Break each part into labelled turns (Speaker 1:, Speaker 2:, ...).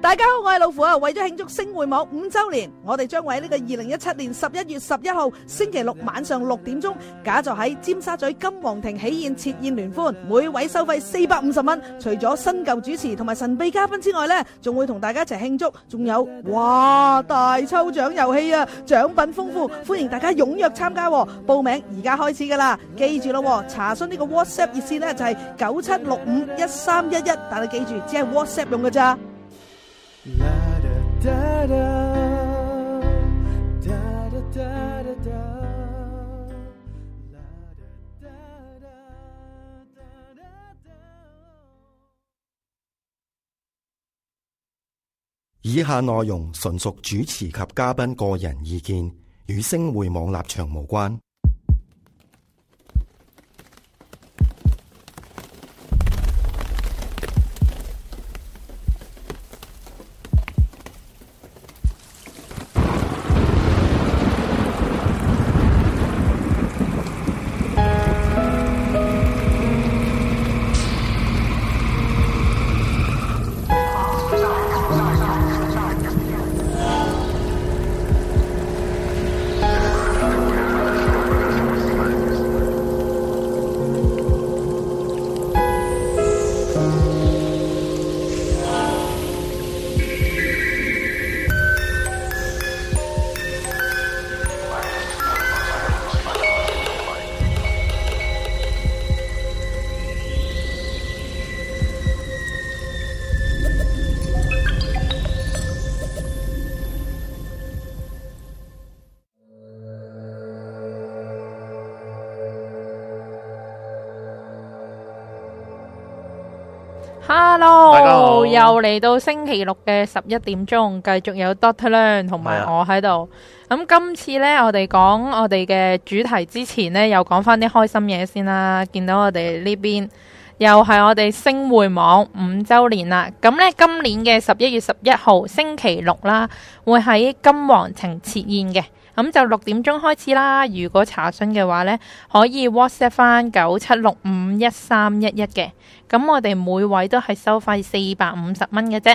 Speaker 1: 大家好，我係老虎啊！為咗慶祝星匯網五周年，我哋將會喺呢個二零一七年十一月十一號星期六晚上六點鐘，假就喺尖沙咀金皇庭喜宴設宴聯歡，每位收費四百五十蚊。除咗新舊主持同埋神秘嘉賓之外呢，仲會同大家一齊慶祝，仲有哇大抽獎遊戲啊，獎品豐富，歡迎大家踴躍參加喎。報名而家開始㗎啦，記住咯，查詢呢個 WhatsApp 熱線呢就係九七六五一三一一，但係記住只係 WhatsApp 用㗎咋。
Speaker 2: 以下內容純屬主持及嘉賓個人意見，與星匯網立場無關。
Speaker 3: Hello，
Speaker 4: 大家好
Speaker 3: 又嚟到星期六嘅十一點鐘，繼續有 Doctor Learn 同埋
Speaker 4: 係啊
Speaker 3: 我喺度。咁今次呢，我哋講我哋嘅主題之前呢，又講翻啲開心嘢先啦。見到我哋呢邊又係我哋星匯網五週年啦。咁呢，今年嘅十一月十一號星期六啦，會喺金皇庭設宴嘅。咁就六點鐘開始啦。如果查詢嘅話呢，可以 WhatsApp 翻九七六五一三一一嘅。咁我哋每位都係收費四百五十蚊嘅啫。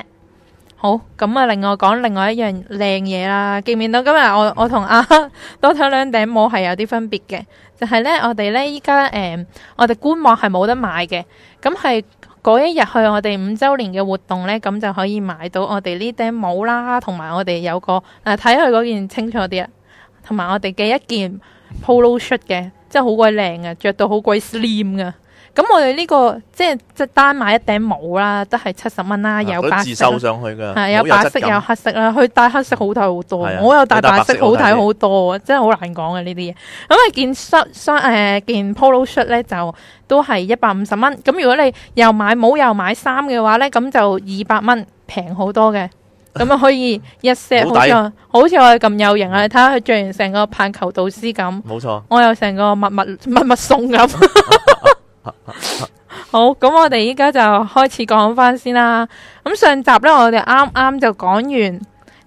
Speaker 3: 好，咁啊，另外講另外一樣靚嘢啦，見唔見到今日我我同阿 多頭兩頂帽係有啲分別嘅，就係、呢，我哋呢依家誒，我哋官網係冇得買嘅，咁係嗰一日去我哋五週年嘅活動呢，咁就可以買到我哋呢頂帽啦，同埋我哋有個誒睇佢嗰件清楚啲啊，同埋我哋嘅一件 polo shirt 嘅，真係好鬼靚嘅，着到好鬼 slim 噶。咁我哋呢、個即係即係單買一頂帽啦，都係七十蚊啦，啊有
Speaker 4: 佢
Speaker 3: 白
Speaker 4: 啊自
Speaker 3: 色啦
Speaker 4: 收上去㗎，
Speaker 3: 係有
Speaker 4: 好
Speaker 3: 白
Speaker 4: 質
Speaker 3: 色
Speaker 4: 感
Speaker 3: 有黑色啦，佢戴黑色好睇好多
Speaker 4: 係啊，
Speaker 3: 我有戴白色
Speaker 4: 佢戴白色
Speaker 3: 好
Speaker 4: 好睇
Speaker 3: 睇好多啊，真係好難講嘅呢啲嘢。咁啊件恤恤誒件 polo shirt 咧就都係一百五十蚊，咁如果你又買帽又買衫嘅話咧，咁就二百蚊平好多嘅。咁啊，可以一 set
Speaker 4: 好
Speaker 3: 好
Speaker 4: 抵
Speaker 3: 似我好似我哋咁有型啊！你睇下佢着完成個棒球導師咁，
Speaker 4: 冇錯，
Speaker 3: 我有成個密密密密送 咁。好，咁我哋依家就開始講翻先啦。咁上集呢，我哋啱啱就講完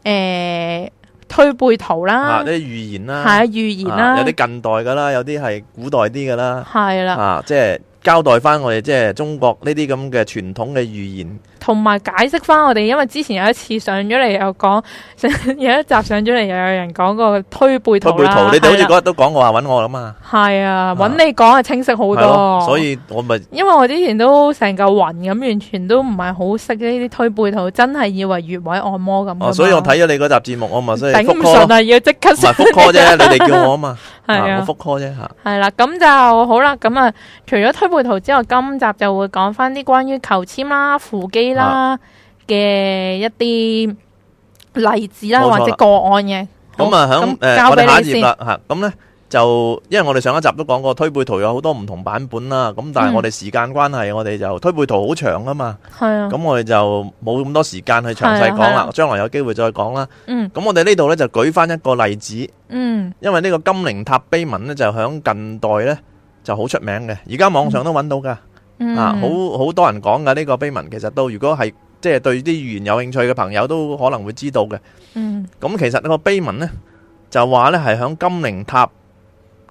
Speaker 3: 诶、推背圖
Speaker 4: 啊
Speaker 3: 啦，
Speaker 4: 呢啲預言
Speaker 3: 係
Speaker 4: 啦，
Speaker 3: 啊預言啦
Speaker 4: 啊有，啲近代㗎啦，有啲係古代啲㗎啦，
Speaker 3: 係啦，
Speaker 4: 啊，即係交代翻我哋即係中國呢啲咁嘅傳統嘅預言，
Speaker 3: 同埋解釋翻我哋，因為之前有一次上咗嚟又講，有一集上 咗嚟又有人講過推背
Speaker 4: 推
Speaker 3: 圖
Speaker 4: 背
Speaker 3: 啦，
Speaker 4: 圖，你哋好似
Speaker 3: 係啦
Speaker 4: 嗰日都講過話揾我啦嘛，
Speaker 3: 係啊，揾你講係清晰好
Speaker 4: 係咯
Speaker 3: 多，，
Speaker 4: 所以我咪哦
Speaker 3: 因為我之前都成嚿雲咁，完全都唔係好識呢啲推背圖，真係以為穴位按摩咁㗎嘛。
Speaker 4: 哦，所以我睇咗你嗰集節目，我咪所以
Speaker 3: 頂
Speaker 4: 復
Speaker 3: 唔
Speaker 4: call
Speaker 3: 順
Speaker 4: 咯，
Speaker 3: 啊，要即刻
Speaker 4: 唔係復 call 啫，你哋叫我啊嘛，
Speaker 3: 係啊
Speaker 4: 我復 call 啫嚇，
Speaker 3: 係啦，咁就好啦。咁啊，除咗推背圖之外，今集就會講翻啲關於求簽啦、扶機
Speaker 4: 啊
Speaker 3: 啦嘅一啲例子啦，
Speaker 4: 冇錯啦
Speaker 3: 或者個案嘅。
Speaker 4: 咁啊
Speaker 3: 好
Speaker 4: 響
Speaker 3: 咁
Speaker 4: 誒
Speaker 3: 交
Speaker 4: 我
Speaker 3: 俾
Speaker 4: 哋下
Speaker 3: 你
Speaker 4: 一頁
Speaker 3: 先。
Speaker 4: 啦嚇，咁咧。就因為我哋上一集都講過推背圖有好多唔同版本啦，咁但
Speaker 3: 嗯
Speaker 4: 係我哋時間關係，我哋就推背圖好長啊嘛，
Speaker 3: 係啊，
Speaker 4: 咁我哋就冇咁多時間去詳細講
Speaker 3: 係啊係
Speaker 4: 啦
Speaker 3: 啊，
Speaker 4: 將來有機會再講啦。
Speaker 3: 嗯
Speaker 4: 咁我哋呢度呢，就舉翻一個例子，
Speaker 3: 嗯
Speaker 4: 因為呢個金陵塔碑文呢，就響近代呢就好出名嘅，而家網上都揾到噶，
Speaker 3: 嗯，
Speaker 4: 啊好好多人講噶呢個碑文，其實都如果係即係對啲語言有興趣嘅朋友都可能會知道嘅。
Speaker 3: 嗯
Speaker 4: 咁其實呢個碑文呢，就話呢係響金陵塔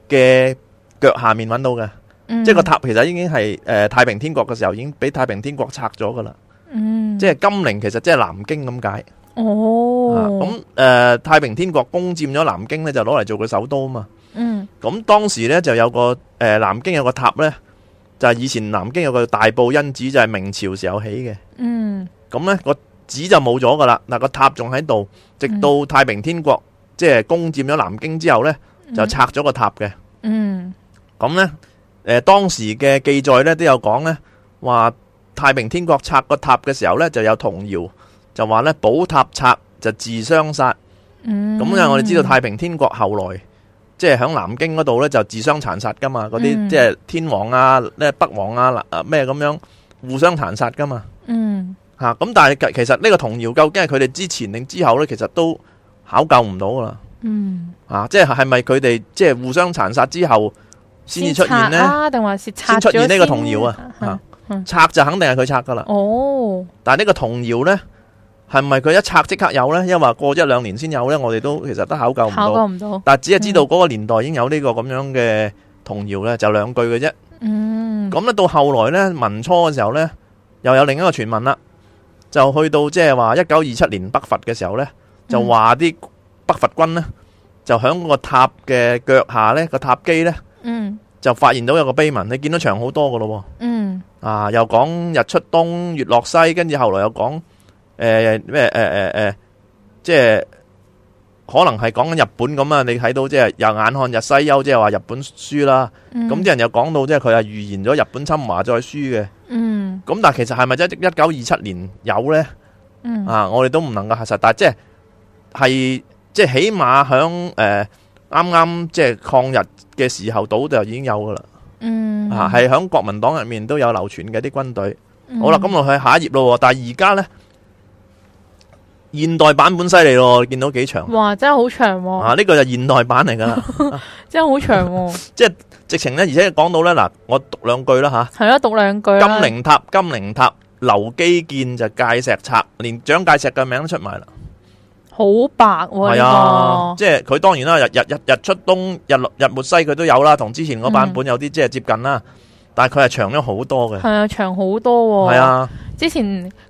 Speaker 4: 嘅腳下面揾到嘅，
Speaker 3: 嗯
Speaker 4: 即係個塔其實已經係誒太平天國嘅時候已經俾太平天國拆咗噶啦，
Speaker 3: 嗯，
Speaker 4: 即係金陵其實即係南京咁解。啊咁
Speaker 3: 哦，
Speaker 4: 誒、呃太平天國攻佔咗南京咧，就攞嚟做佢首都啊嘛。
Speaker 3: 嗯
Speaker 4: 咁當時咧就有個誒、呃南京有個塔咧，就係以前南京有個大報恩寺，就係明朝時候起嘅。
Speaker 3: 嗯
Speaker 4: 咁咧個寺就冇咗噶啦，嗱個塔仲喺度，直到太平天國即係攻佔咗南京之後咧，就拆咗個塔嘅。
Speaker 3: 嗯
Speaker 4: 咁呢，誒、呃、當時嘅記載呢都有講呢話太平天國拆個塔嘅時候呢，就有童謠，就話呢寶塔拆就自相殺。
Speaker 3: 嗯，
Speaker 4: 咁因為我哋知道太平天國後來即係喺南京嗰度呢，就自相殘殺噶嘛，嗰啲、
Speaker 3: 嗯
Speaker 4: 即係天皇啊、咧北皇啊、啊咩咁樣互相殘殺噶嘛。
Speaker 3: 嗯
Speaker 4: 嚇咁、但係其其實呢個童謠究竟係佢哋之前定之後呢，其實都考究唔到噶啦。
Speaker 3: 嗯
Speaker 4: 啊，即係係咪佢哋即係互相殘殺之後先至出現呢？
Speaker 3: 啊，定還是拆
Speaker 4: 先出現呢個童謠啊啊拆就肯定係佢拆噶啦，
Speaker 3: 哦，
Speaker 4: 但係呢個童謠呢，係咪佢一拆即刻有呢？因為過一兩年先有呢，我哋都其實都考究唔
Speaker 3: 考過
Speaker 4: 到，
Speaker 3: 唔到，
Speaker 4: 但係只係知道嗰個年代已經有呢個咁樣嘅童謠呢，就兩句嘅啫。
Speaker 3: 嗯，
Speaker 4: 咁呢，到後來呢，民初嘅時候呢，又有另一個傳聞啦，就去到即係話一九二七年北伐嘅時候呢，就話啲北伐軍呢，就響個塔嘅腳下呢，個塔基呢，
Speaker 3: 嗯
Speaker 4: 就發現到有個碑文，你見到長好多噶咯喎。
Speaker 3: 嗯
Speaker 4: 啊，又講日出東，月落西，跟住後來又講誒咩誒誒誒，即係可能係講緊日本咁啊！你睇到即係又眼看日西休，即係話日本輸啦。
Speaker 3: 嗯，
Speaker 4: 咁啲、人又講到即係佢係預言咗日本侵華再輸嘅。
Speaker 3: 嗯
Speaker 4: 咁但係其實係咪真係一九二七年有呢？
Speaker 3: 嗯
Speaker 4: 啊，我哋都唔能夠核實，但係即係係即係起碼響誒啱啱即係抗日嘅時候，到就已經有噶啦。
Speaker 3: 嗯
Speaker 4: 啊，係響國民黨入面都有流傳嘅啲軍隊。
Speaker 3: 嗯
Speaker 4: 好啦，咁落去下一頁咯喎。但係而家呢，現代版本犀利咯，你見到幾長
Speaker 3: 哇，真係好長
Speaker 4: 啊？
Speaker 3: 喎，
Speaker 4: 呢個就現代版嚟 㗎啦，
Speaker 3: 真係好長 喎，
Speaker 4: 直情呢，而且講到呢，嗱，我讀兩句啦吓。
Speaker 3: 係咯，啊讀兩句
Speaker 4: 金
Speaker 3: 啦，
Speaker 4: 陵塔，金陵塔，劉基建就界石拆，連蔣介石嘅名都出埋啦。
Speaker 3: 好白喎，
Speaker 4: 係啊，
Speaker 3: 呢
Speaker 4: 即係佢當然啦，日日日日出東，日落日沒西，佢都有啦，同之前嗰版本有啲即係接近啦，
Speaker 3: 嗯
Speaker 4: 但係佢係長咗好多
Speaker 3: 個
Speaker 4: 嘅。
Speaker 3: 係啊，長好多喎，
Speaker 4: 係。啊，
Speaker 3: 之前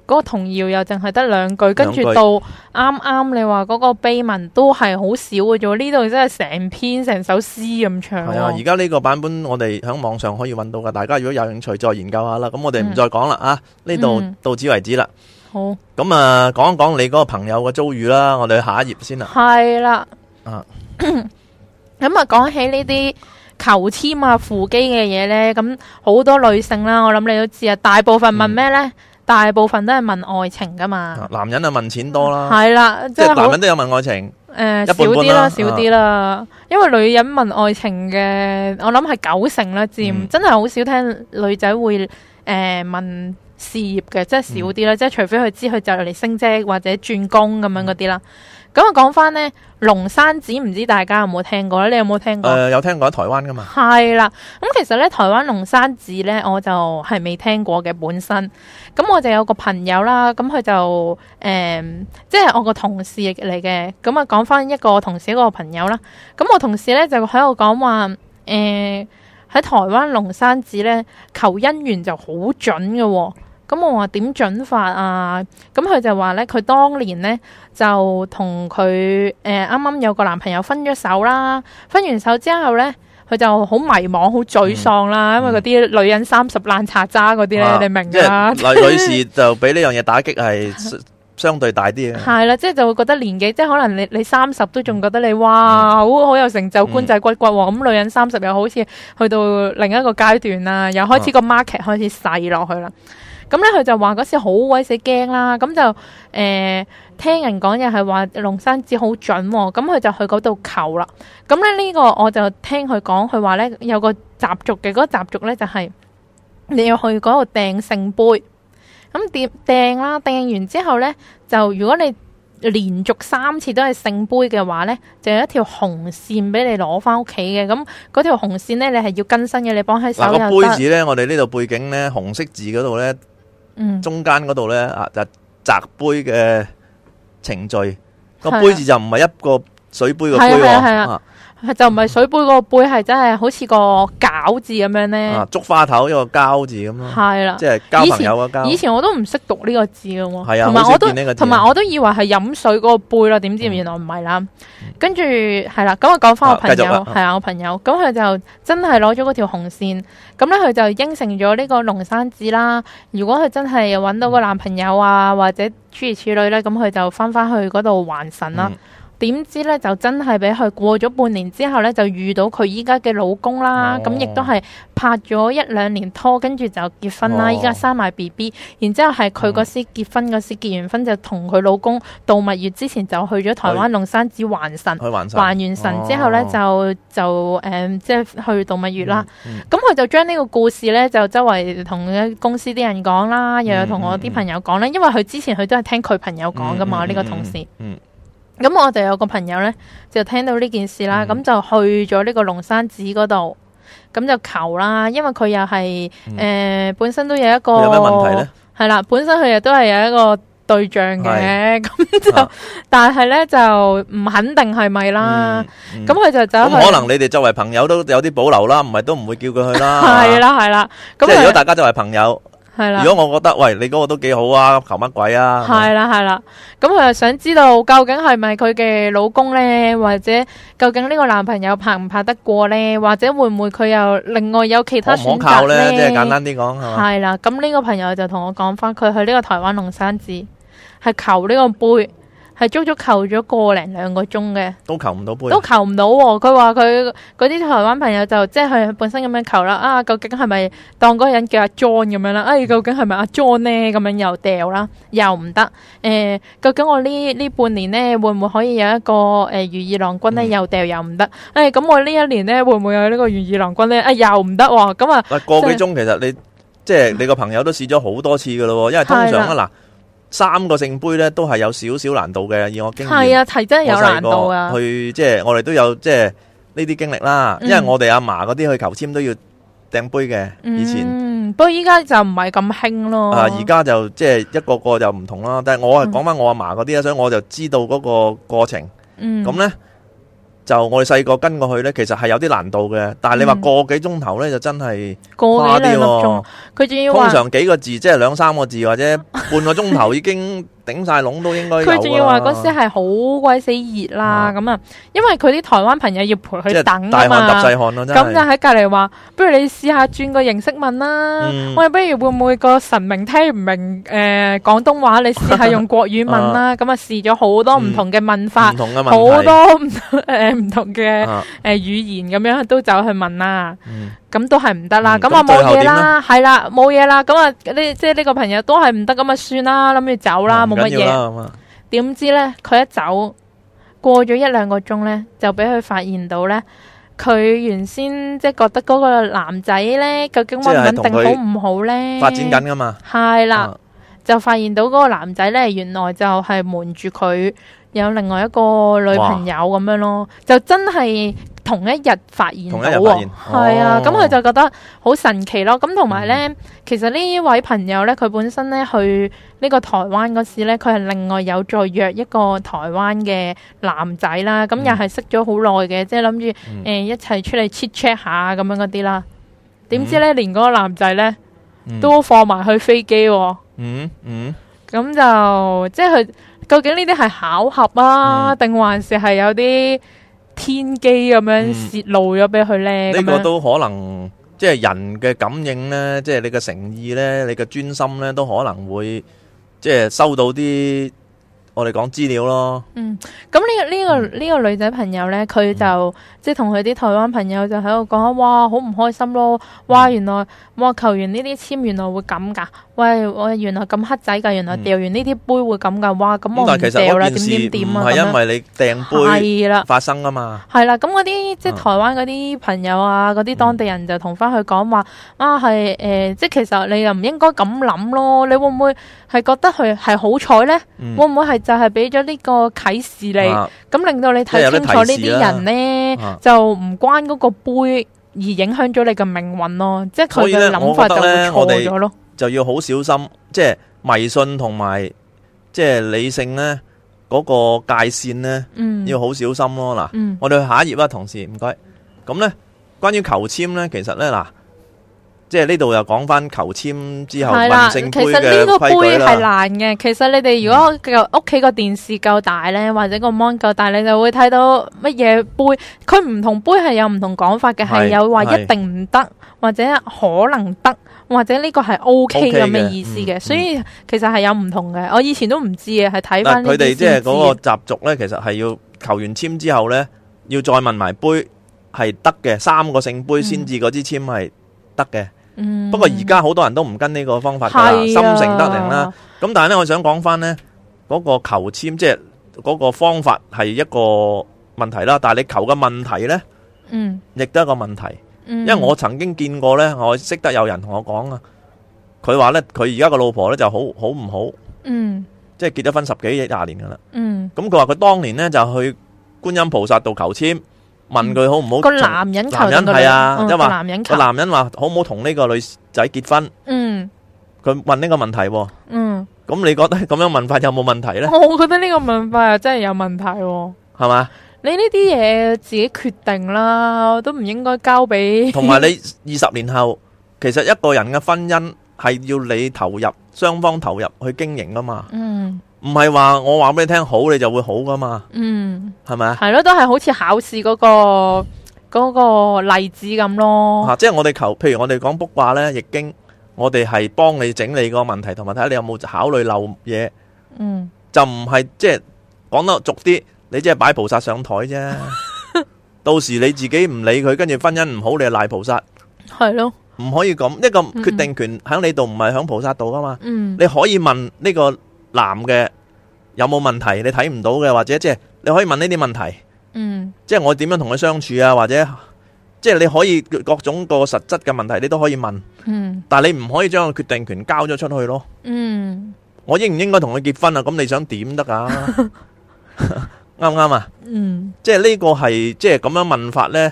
Speaker 3: 嗰個童謠又淨係得兩句，跟住
Speaker 4: 兩句
Speaker 3: 到啱啱你話嗰個碑文都係好少嘅啫喎，呢度真係成篇成首詩咁長
Speaker 4: 係啊，而
Speaker 3: 喎。
Speaker 4: 家呢個版本我哋喺網上可以揾到噶，大家如果有興趣再研究下啦。咁我哋唔
Speaker 3: 嗯
Speaker 4: 再講啦啊，呢度
Speaker 3: 嗯
Speaker 4: 到此為止啦。
Speaker 3: 好，
Speaker 4: 咁啊，講一講你嗰個朋友嘅遭遇啦，我哋去下一頁先啦。
Speaker 3: 係啦。
Speaker 4: 啊
Speaker 3: 咁啊，講起呢啲求簽啊、扶機嘅嘢呢，咁好多女性啦，我諗你都知啊，大部分問咩呢？
Speaker 4: 嗯
Speaker 3: 大部分都係問愛情噶嘛。
Speaker 4: 男人啊問錢多啦，
Speaker 3: 係啦，即
Speaker 4: 即係
Speaker 3: 係
Speaker 4: 男
Speaker 3: 好
Speaker 4: 人都有問愛情，
Speaker 3: 誒
Speaker 4: 一
Speaker 3: 呃少
Speaker 4: 半半
Speaker 3: 啲
Speaker 4: 啦啊
Speaker 3: 啦，少啲啦，因為女人問愛情嘅，我諗係九成啦，佔、
Speaker 4: 嗯
Speaker 3: 真係好少聽女仔會誒、呃、問事業嘅，即係少啲啦，
Speaker 4: 嗯
Speaker 3: 即係除非佢知佢就嚟升職或者轉工咁樣嗰啲啦。咁啊講翻呢，龍山寺唔知大家有冇聽過咧？你有冇聽過？
Speaker 4: 誒有聽過喺台灣噶嘛？
Speaker 3: 係啦，咁其實咧，台灣龍山寺咧，我就係未聽過嘅本身。咁我就有個朋友啦，咁佢就誒、嗯即係我個同事嚟嘅。咁啊，講翻一個同事一個朋友啦。咁我同事咧就喺度講話誒，喺、台灣龍山寺咧求姻緣就好準嘅喎、咁我話點準法啊？咁佢就話咧，佢當年咧就同佢誒啱啱有個男朋友分咗手啦，分完手之後咧，佢就好迷茫、好沮喪啦，因為嗰啲女人三十爛茶渣嗰啲咧，
Speaker 4: 啊
Speaker 3: 你明
Speaker 4: 即
Speaker 3: 㗎啦。
Speaker 4: 係女女士就俾呢樣嘢打擊係相相對大啲嘅。
Speaker 3: 係啦，即係就會覺得年紀，即係可能你你三十都仲覺得你哇，好好有成就，官仔骨骨喎。咁女人三十又好似去到另一個階段啦，又開始個 market 開始細落去啦。咁咧佢就話嗰時好鬼死驚啦，咁就誒、呃、聽人講又係話龍山寺好準喎、咁佢就去嗰度求啦。咁咧呢個我就聽佢講，佢話咧有個習俗嘅，嗰、個習俗咧就係、你要去嗰度掟聖杯，咁點掟啦，掟完之後咧就如果你連續三次都係聖杯嘅話咧，就有一條紅線俾你攞翻屋企嘅。咁嗰條紅線咧，你係要更新嘅，你綁喺手
Speaker 4: 嗱個
Speaker 3: 又
Speaker 4: 杯
Speaker 3: 得，
Speaker 4: 字呢，我哋呢度背景呢，紅色字嗰度呢，
Speaker 3: 嗯，
Speaker 4: 中間嗰度呢，啊就擲杯嘅程序，個
Speaker 3: 係啊
Speaker 4: 杯字就唔係一個水杯個杯
Speaker 3: 係啊係啊
Speaker 4: 喎。
Speaker 3: 係啊
Speaker 4: 啊
Speaker 3: 就唔係水杯嗰個杯，係真係好似個餃字咁樣
Speaker 4: 啊
Speaker 3: 咧，，
Speaker 4: 竹花頭一個膠字咁咯，
Speaker 3: 係啦
Speaker 4: 即。係交朋友嘅交。
Speaker 3: 以前我都唔識讀呢個字嘅喎，
Speaker 4: 係啊
Speaker 3: 同埋我
Speaker 4: 好少見呢個
Speaker 3: 都
Speaker 4: 字
Speaker 3: 同埋我都以為係飲水嗰個杯啦，點知原來唔係啦。跟住係啦，咁我講翻我朋
Speaker 4: 嗯啊繼
Speaker 3: 友
Speaker 4: 續啦
Speaker 3: 係啊，我朋友咁佢就真係攞咗嗰條紅線，咁咧佢就應承咗呢個龍山寺啦。如果佢真係揾到個男朋友啊，或者諸如此類咧，咁佢就翻翻去嗰度還神啦。
Speaker 4: 嗯
Speaker 3: 點知咧就真係俾佢過咗半年之後咧，就遇到佢依家嘅老公啦。
Speaker 4: 哦
Speaker 3: 咁亦都係拍咗一兩年拖，跟住就結婚啦。
Speaker 4: 哦嗯
Speaker 3: 依家生埋 B B，然之後係佢嗰時結婚嗰時結完婚就同佢老公度蜜月之前就去咗台灣龍山寺還神。
Speaker 4: 去還神，
Speaker 3: 還完神之後咧，就就誒、嗯即係去度蜜月啦。
Speaker 4: 嗯
Speaker 3: 咁佢、就將呢個故事咧，就周圍同啲公司啲人講啦，又有同
Speaker 4: 嗯
Speaker 3: 我啲朋友講啦。因為佢之前佢都係聽佢朋友講噶嘛，呢、個同事。
Speaker 4: 嗯，
Speaker 3: 咁我就有個朋友呢，就聽到呢件事啦，咁、
Speaker 4: 嗯
Speaker 3: 就去咗呢個龍山寺嗰度，咁就求啦，因為佢又係
Speaker 4: 嗯
Speaker 3: 誒本身都有一個
Speaker 4: 佢有咩問題咧？
Speaker 3: 係啦，本身佢亦都係有一個對象嘅，
Speaker 4: 係
Speaker 3: 咁就、
Speaker 4: 啊
Speaker 3: 但係呢，就唔肯定係咪啦，
Speaker 4: 嗯，
Speaker 3: 咁
Speaker 4: 嗯
Speaker 3: 佢、就走
Speaker 4: 咁
Speaker 3: 去
Speaker 4: 可能你哋作為朋友都有啲保留啦，唔係都唔會叫佢去 啦。
Speaker 3: 係，啦係啦，咁
Speaker 4: 即係如果
Speaker 3: 佢
Speaker 4: 大家作為朋友，
Speaker 3: 係啦。
Speaker 4: 如果我覺得喂你嗰個都幾好啊，求乜鬼啊？
Speaker 3: 系啦系啦，咁佢又想知道究竟係咪佢嘅老公呢？或者究竟呢個男朋友拍唔拍得過呢？或者會唔會佢又另外有其
Speaker 4: 可
Speaker 3: 他
Speaker 4: 唔可
Speaker 3: 選
Speaker 4: 靠
Speaker 3: 擇
Speaker 4: 咧？
Speaker 3: 呢？
Speaker 4: 即係簡單啲講係嘛？
Speaker 3: 係啦，咁呢個朋友就同我講翻，佢去呢個台灣龍山寺係求呢個杯，係足足求咗個零兩個鐘嘅。
Speaker 4: 都求唔到杯，
Speaker 3: 都求唔到喎。佢話佢嗰啲台灣朋友就即係佢本身咁樣求啦，啊究竟係咪當嗰個人叫阿 John 咁樣啦？哎，究竟係咪阿 John 呢？咁樣又掉啦，又唔得。誒、究竟我呢呢半年呢，會唔會可以有一個誒如意郎君呢？
Speaker 4: 嗯
Speaker 3: 又掉又唔得。誒、咁我呢一年呢，會唔會有呢個如意郎君呢？啊、又唔得喎。咁啊，
Speaker 4: 喂，個幾鐘其實你即係你個朋友都試咗好多次噶咯喎，因為通
Speaker 3: 係
Speaker 4: 常啊嗱，三個聖杯咧都係有少少難度嘅，以我經驗
Speaker 3: 係。啊，係真係有
Speaker 4: 我
Speaker 3: 難
Speaker 4: 細個
Speaker 3: 度啊。
Speaker 4: 去即係我哋都有即係呢啲經歷啦，
Speaker 3: 嗯
Speaker 4: 因為我哋阿嫲嗰啲去求簽都要掟杯嘅，以前。
Speaker 3: 嗯，哦不過依家就唔係咁興咯。
Speaker 4: 啊！而家就即係一個個就唔同啦，但係我係
Speaker 3: 嗯
Speaker 4: 講翻我阿嫲嗰啲啊，所以我就知道嗰個過程。
Speaker 3: 嗯
Speaker 4: 咁呢，就我哋細個跟過去呢，其實係有啲難度嘅。但係你話
Speaker 3: 嗯
Speaker 4: 個幾鐘頭呢，就真係
Speaker 3: 個
Speaker 4: 花
Speaker 3: 幾
Speaker 4: 啲
Speaker 3: 兩粒
Speaker 4: 喎
Speaker 3: 鐘，。佢仲要
Speaker 4: 通
Speaker 3: 話。
Speaker 4: 常幾個字即係兩三個字或者半個鐘頭已經頂晒籠都應該有㗎啦
Speaker 3: 佢仲要話嗰時係好鬼死熱啦，
Speaker 4: 啊
Speaker 3: 咁啊，因為佢啲台灣朋友要陪
Speaker 4: 即
Speaker 3: 佢
Speaker 4: 係
Speaker 3: 等
Speaker 4: 大
Speaker 3: 啊
Speaker 4: 汗揼
Speaker 3: 嘛，
Speaker 4: 細汗咯，真
Speaker 3: 咁就
Speaker 4: 係。
Speaker 3: 喺隔離話，不如你試下轉個形式問啦
Speaker 4: 嗯。
Speaker 3: 喂，不如會唔會個神明聽唔明誒廣東話，你試下用國語問 啦。咁啊試咗好多唔同嘅問法
Speaker 4: 唔，同嘅問題
Speaker 3: 好多唔同 誒唔同嘅
Speaker 4: 啊
Speaker 3: 誒語言咁樣都走去問啦。
Speaker 4: 嗯
Speaker 3: 咁都係唔得啦，
Speaker 4: 嗯
Speaker 3: 咁
Speaker 4: 咁
Speaker 3: 啊冇
Speaker 4: 最後
Speaker 3: 嘢
Speaker 4: 點
Speaker 3: 啦，係啦冇嘢啦，咁啊呢即係呢個朋友都係唔得，咁啊算啦，諗住走啦，
Speaker 4: 唔
Speaker 3: 冇
Speaker 4: 緊
Speaker 3: 乜
Speaker 4: 要
Speaker 3: 嘢。
Speaker 4: 啦咁啊
Speaker 3: 點知呢，佢一走，過咗一兩個鐘呢，就俾佢發現到呢。佢原先即係覺得嗰個男仔呢，究竟穩唔穩
Speaker 4: 即係
Speaker 3: 定
Speaker 4: 同佢
Speaker 3: 好唔好呢？
Speaker 4: 發展緊噶嘛。
Speaker 3: 係啦，
Speaker 4: 啊
Speaker 3: 就發現到嗰個男仔呢，原來就係瞞住佢有另外一個女朋友咁樣咯，就真係同一日發現到
Speaker 4: 同一日發
Speaker 3: 喎
Speaker 4: 現，
Speaker 3: 係啊，
Speaker 4: 哦嗯
Speaker 3: 咁佢就覺得好神奇咯。咁同埋呢，其實呢位朋友呢，佢本身呢去呢個台灣嗰時呢，佢係另外有再約一個台灣嘅男仔啦，咁
Speaker 4: 嗯
Speaker 3: 又係識咗好耐嘅，即係諗住
Speaker 4: 嗯
Speaker 3: 誒一齊出嚟 chit chat 下咁樣嗰啲啦。點知呢，連嗰個男仔呢，
Speaker 4: 嗯
Speaker 3: 都放埋去飛機喎。
Speaker 4: 嗯嗯
Speaker 3: 咁就即係佢究竟呢啲係巧合啊，
Speaker 4: 嗯
Speaker 3: 定、還是係有啲天機咁樣
Speaker 4: 嗯
Speaker 3: 泄露咗俾佢咧？
Speaker 4: 呢
Speaker 3: 咁
Speaker 4: 個
Speaker 3: 樣
Speaker 4: 都可能即係人嘅感應咧，即係你嘅誠意咧，你嘅專心咧，都可能會即係收到啲我哋講資料咯。
Speaker 3: 咁呢、個
Speaker 4: 嗯
Speaker 3: 呢、個呢、個女仔朋友咧，佢就、即係同佢啲台灣朋友就喺度講，哇，好唔開心
Speaker 4: 嗯
Speaker 3: 咯！哇，原來哇求完呢啲簽，原來會咁噶，喂，我原來咁黑仔噶，原來
Speaker 4: 嗯
Speaker 3: 掉完呢啲杯會咁噶，哇，咁
Speaker 4: 咁
Speaker 3: 我
Speaker 4: 但
Speaker 3: 唔
Speaker 4: 係其
Speaker 3: 掉
Speaker 4: 實
Speaker 3: 啦，
Speaker 4: 嗰
Speaker 3: 點
Speaker 4: 件
Speaker 3: 點
Speaker 4: 事
Speaker 3: 點
Speaker 4: 唔
Speaker 3: 啊，
Speaker 4: 係因
Speaker 3: 咁
Speaker 4: 為你掟杯
Speaker 3: 樣係啦。
Speaker 4: 發生啊嘛。
Speaker 3: 係啦，咁嗰啲即係
Speaker 4: 嗯
Speaker 3: 台灣嗰啲朋友啊，嗰啲當地人就同翻佢講話
Speaker 4: 嗯
Speaker 3: 啊，係誒、呃即係其實你又唔應該咁諗咯，你會唔會係覺得佢係好彩呢？
Speaker 4: 嗯
Speaker 3: 會唔會係就係俾咗呢個啟示你，咁、
Speaker 4: 啊
Speaker 3: 令到你睇清楚呢
Speaker 4: 即係有
Speaker 3: 啲
Speaker 4: 啲提示啦
Speaker 3: 人呢，
Speaker 4: 啊
Speaker 3: 就唔關嗰個杯而影響咗你嘅命運咯，即係佢
Speaker 4: 所以
Speaker 3: 嘅
Speaker 4: 呢
Speaker 3: 諗法就
Speaker 4: 我覺得呢我
Speaker 3: 會錯
Speaker 4: 哋
Speaker 3: 咗咯。
Speaker 4: 就要好小心，即係迷信同埋即係理性咧，嗰個界線呢，
Speaker 3: 嗯，
Speaker 4: 要好小心咯。嗱，
Speaker 3: 嗯
Speaker 4: 我哋去下一頁啊，同事唔該。咁呢，關於求簽呢，其實呢，嗱，即係呢度又講翻求簽之後
Speaker 3: 係
Speaker 4: 民
Speaker 3: 啦，
Speaker 4: 政
Speaker 3: 其
Speaker 4: 杯
Speaker 3: 實呢
Speaker 4: 嘅
Speaker 3: 個
Speaker 4: 規矩
Speaker 3: 杯係
Speaker 4: 啦。
Speaker 3: 難嘅。其實你哋如果個屋企個電視夠大咧，或者個 mon 夠大，你就會睇到乜嘢杯。佢唔同杯係有唔同講法嘅，
Speaker 4: 係
Speaker 3: 係有話
Speaker 4: 係
Speaker 3: 一定唔得，或者可能得，或者呢個係 O K
Speaker 4: OK 嘅
Speaker 3: 咁嘅意思
Speaker 4: 嗯
Speaker 3: 嘅。所以其實係有唔同嘅。我以前都唔知嘅，係睇
Speaker 4: 嗱，
Speaker 3: 翻呢
Speaker 4: 佢哋
Speaker 3: 啲
Speaker 4: 即係
Speaker 3: 先知
Speaker 4: 嗰
Speaker 3: 嘅。
Speaker 4: 個習俗呢，其實係要求完簽之後呢，要再問埋杯係得嘅，三個聖杯先至嗰支簽係得嘅。
Speaker 3: 嗯
Speaker 4: 不過而家好多人都唔跟呢個方法㗎啦，
Speaker 3: 係啊
Speaker 4: 心誠得靈啦。。咁但係咧，我想講翻呢嗰、個求簽，即係嗰個方法係一個問題啦。但係你求嘅問題呢，
Speaker 3: 嗯
Speaker 4: 亦都係一個問題。
Speaker 3: 嗯，
Speaker 4: 因為我曾經見過呢，我識得有人同我講啊，佢話呢，佢而家個老婆呢就好好唔好，
Speaker 3: 嗯
Speaker 4: 即係結咗婚十幾廿年噶啦。
Speaker 3: 嗯
Speaker 4: 咁佢話佢當年呢就去觀音菩薩度求簽，問佢好唔好
Speaker 3: 個
Speaker 4: 同
Speaker 3: 男人求
Speaker 4: 男人
Speaker 3: 定個女
Speaker 4: 係啊
Speaker 3: 嗯
Speaker 4: 即係話
Speaker 3: 個男人
Speaker 4: 個
Speaker 3: 求
Speaker 4: 男人話好唔好同呢個女仔結婚？
Speaker 3: 嗯
Speaker 4: 佢問呢個問題喎。
Speaker 3: 嗯。
Speaker 4: 咁你覺得咁樣問法有冇問題 呢？
Speaker 3: 哦我覺得呢個問法又真係有問題喎、
Speaker 4: 係嘛？
Speaker 3: 你呢啲嘢自己決定啦，都唔應該交俾
Speaker 4: 同埋你二十年後，其實一個人嘅婚姻係要你投入，雙方投入去經營噶嘛，
Speaker 3: 嗯
Speaker 4: 唔係話我話俾你聽好你就會好噶嘛，
Speaker 3: 嗯
Speaker 4: 係咪啊？
Speaker 3: 係咯，都係好似考試嗰、個嗰、個例子咁咯。
Speaker 4: 啊，即係我哋求，譬如我哋講卜卦呢，易經，我哋係幫你整理個問題，同埋睇下你有冇考慮漏嘢，
Speaker 3: 嗯，
Speaker 4: 就唔係即係講得俗啲，你即係擺菩薩上台啫。到時你自己唔理佢，跟住婚姻唔好，你就賴菩薩，
Speaker 3: 係咯，
Speaker 4: 唔可以咁。一個
Speaker 3: 嗯
Speaker 4: 決定權喺你度，唔係喺菩薩度噶嘛。
Speaker 3: 嗯
Speaker 4: 你可以問呢個男嘅有冇問題，你睇唔到嘅，或者即係你可以問呢啲問題，
Speaker 3: 嗯
Speaker 4: 即係我點樣同佢相處啊，或者即係你可以各種個實質嘅問題，你都可以問，
Speaker 3: 嗯
Speaker 4: 但係你唔可以將個決定權交咗出去咯。
Speaker 3: 嗯
Speaker 4: 我應唔應該同佢結婚啊？咁你想點得噶？ 啱唔啱啊？
Speaker 3: 嗯
Speaker 4: 即係呢個係即係咁樣問法呢。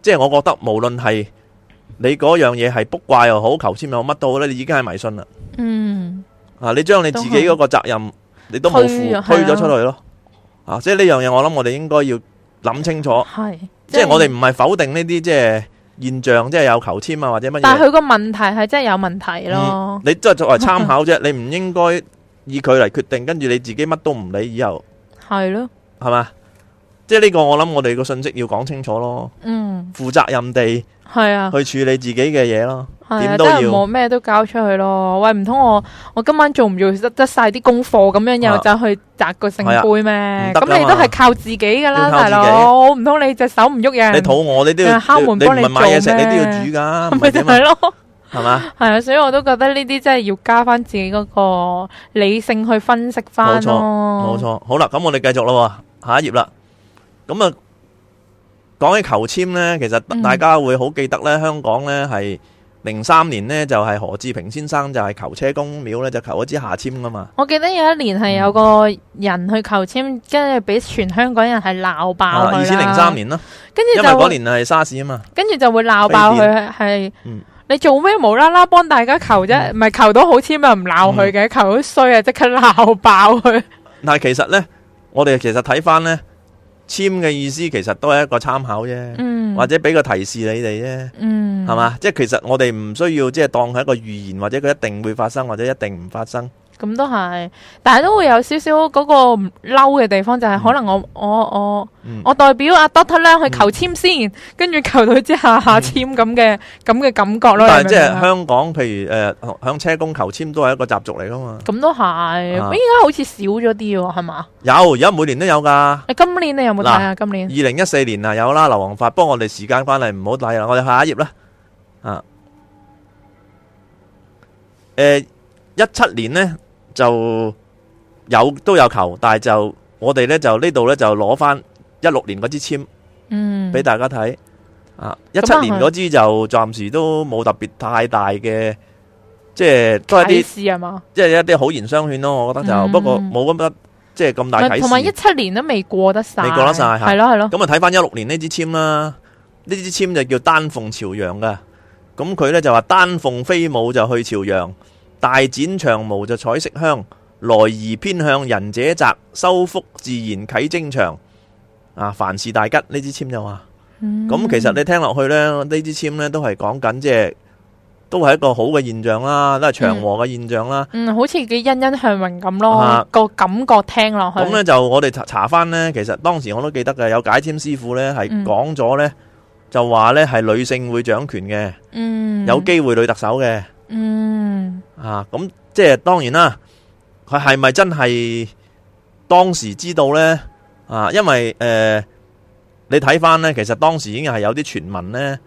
Speaker 4: 即係我覺得無論係你嗰樣嘢係卜卦又好，求簽又好，乜都好咧，你已經係迷信啦。
Speaker 3: 嗯，
Speaker 4: 啊！你將你自己嗰個責任，你都冇
Speaker 3: 推
Speaker 4: 負
Speaker 3: 啊
Speaker 4: 推咗
Speaker 3: 係啊
Speaker 4: 出去咯。啊！即係呢樣嘢，我諗我哋應該要諗清楚。
Speaker 3: 係、
Speaker 4: 即係我哋唔係否定呢啲即係現象，即係有求簽啊或者乜
Speaker 3: 但係
Speaker 4: 嘢。
Speaker 3: 佢個問題係真係有問題咯。
Speaker 4: 你即係作為參考啫， 你唔應該以佢嚟決定，跟住你自己乜都唔理，以後
Speaker 3: 係咯，
Speaker 4: 係嘛？即係呢個我諗我哋個信息要講清楚咯，
Speaker 3: 嗯，
Speaker 4: 負責任地
Speaker 3: 係啊。
Speaker 4: 去處理自己嘅嘢咯。
Speaker 3: 係
Speaker 4: 點
Speaker 3: 啊，
Speaker 4: 都
Speaker 3: 真係
Speaker 4: 要
Speaker 3: 冇咩都交出去咯。喂，唔通我我今晚做唔做得得晒啲功課咁樣
Speaker 4: 啊
Speaker 3: 又走去摘個聖杯咩？
Speaker 4: 係啊唔得㗎嘛
Speaker 3: 咁你都係靠自己噶啦，
Speaker 4: 要靠自
Speaker 3: 大
Speaker 4: 己
Speaker 3: 佬。唔通你隻手唔喐人？
Speaker 4: 你肚餓你都要，
Speaker 3: 誒嗯啊敲門
Speaker 4: 你唔
Speaker 3: 幫你
Speaker 4: 係買嘢食
Speaker 3: 做
Speaker 4: 你
Speaker 3: 咩
Speaker 4: 都要煮噶，唔
Speaker 3: 咪
Speaker 4: 係
Speaker 3: 就
Speaker 4: 點 啊
Speaker 3: 係？咯，
Speaker 4: 係嘛？
Speaker 3: 係啊，所以我都覺得呢啲真係要加翻自己嗰個理性去分析翻咯。
Speaker 4: 冇，錯，好啦，咁我哋繼續啦喎，下一頁啦。咁啊，講起求簽呢，其實
Speaker 3: 嗯
Speaker 4: 大家會好記得呢，香港呢係零三年呢，就係何志平先生就係求車公廟呢，就求一支下簽噶嘛。
Speaker 3: 我記得有一年係有個人去求簽，跟住俾全香港人係鬧爆佢
Speaker 4: 啊二千零三
Speaker 3: 啦。
Speaker 4: 年啦，
Speaker 3: 跟
Speaker 4: 因
Speaker 3: 住
Speaker 4: 為
Speaker 3: 就
Speaker 4: 嗰
Speaker 3: 會
Speaker 4: 年係沙士啊嘛，
Speaker 3: 跟住就會鬧爆佢係
Speaker 4: 嗯
Speaker 3: 你做咩無啦啦幫大家求啫？唔係求到好簽又唔鬧佢
Speaker 4: 嗯
Speaker 3: 嘅，求到衰啊即刻鬧爆 佢。
Speaker 4: 但係其實呢，我哋其實睇翻呢，簽嘅意思其實都係一個參考啫，
Speaker 3: 嗯，
Speaker 4: 或者俾個提示你哋啫。
Speaker 3: 嗯
Speaker 4: 係？嘛？即係其實我哋唔需要即係當係一個預言，或者佢一定會發生，或者一定唔發生。
Speaker 3: 咁都係，但係都會有少少嗰個唔嬲嘅地方，就係可能我我我
Speaker 4: 嗯
Speaker 3: 我代表阿 Doctor 咧去求簽先，跟住求到之下下簽咁嘅咁嘅感覺咯。
Speaker 4: 嗯
Speaker 3: 你明
Speaker 4: 但係
Speaker 3: 唔
Speaker 4: 即
Speaker 3: 明
Speaker 4: 係
Speaker 3: 啊
Speaker 4: 香港，譬如誒向車公求簽都係一個習俗嚟噶嘛。
Speaker 3: 咁都係，依
Speaker 4: 啊
Speaker 3: 家好似少咗啲喎，係嘛？
Speaker 4: 有而家每年都有㗎。二
Speaker 3: 你今年你有冇睇啊？今年
Speaker 4: 零一四年啊有啦，流王法。不過我哋時間關係唔好睇啦，我哋下一頁啦。啊，誒一七年呢就有都有求，但係就我哋呢就呢度呢就攞翻一六年嗰支簽
Speaker 3: 嗯
Speaker 4: 俾大家睇。啊，一七
Speaker 3: 咁啊
Speaker 4: 年嗰支就暫時都冇特別太大嘅，即係都係啲
Speaker 3: 啟。示係嘛？
Speaker 4: 即係一啲好言相勸咯，我覺得就、
Speaker 3: 嗯
Speaker 4: 不過冇咁得即係咁大
Speaker 3: 唔係
Speaker 4: 啟
Speaker 3: 同埋一
Speaker 4: 示。
Speaker 3: 七年都未過得晒，
Speaker 4: 未過得晒係
Speaker 3: 係咯係 咯，
Speaker 4: 咁啊睇翻一六年呢支簽啦，呢支簽就叫丹鳳朝陽噶。咁佢呢就話丹鳳飛舞就去朝陽，大展長毛就彩色香，來而偏向仁者窄，修福自然啟精長。啊，凡事大吉呢支簽就話，
Speaker 3: 嗯
Speaker 4: 咁、其實你聽落去呢，呢支簽呢都係講緊即係都係一個好嘅現象啦，都係祥和嘅現象啦。
Speaker 3: 嗯，好似幾欣欣向榮咁咯
Speaker 4: 啊，
Speaker 3: 個感覺聽落去。
Speaker 4: 咁咧就我哋查查翻咧，其實當時我都記得嘅，有解簽師傅咧係
Speaker 3: 嗯
Speaker 4: 講咗咧，就話咧係女性會掌權嘅，
Speaker 3: 嗯，
Speaker 4: 有機會女特首嘅，
Speaker 3: 嗯
Speaker 4: 啊，咁即係當然啦，佢係咪真係當時知道咧？啊，因為诶、呃你睇翻咧，其實當時已經係有啲傳聞咧，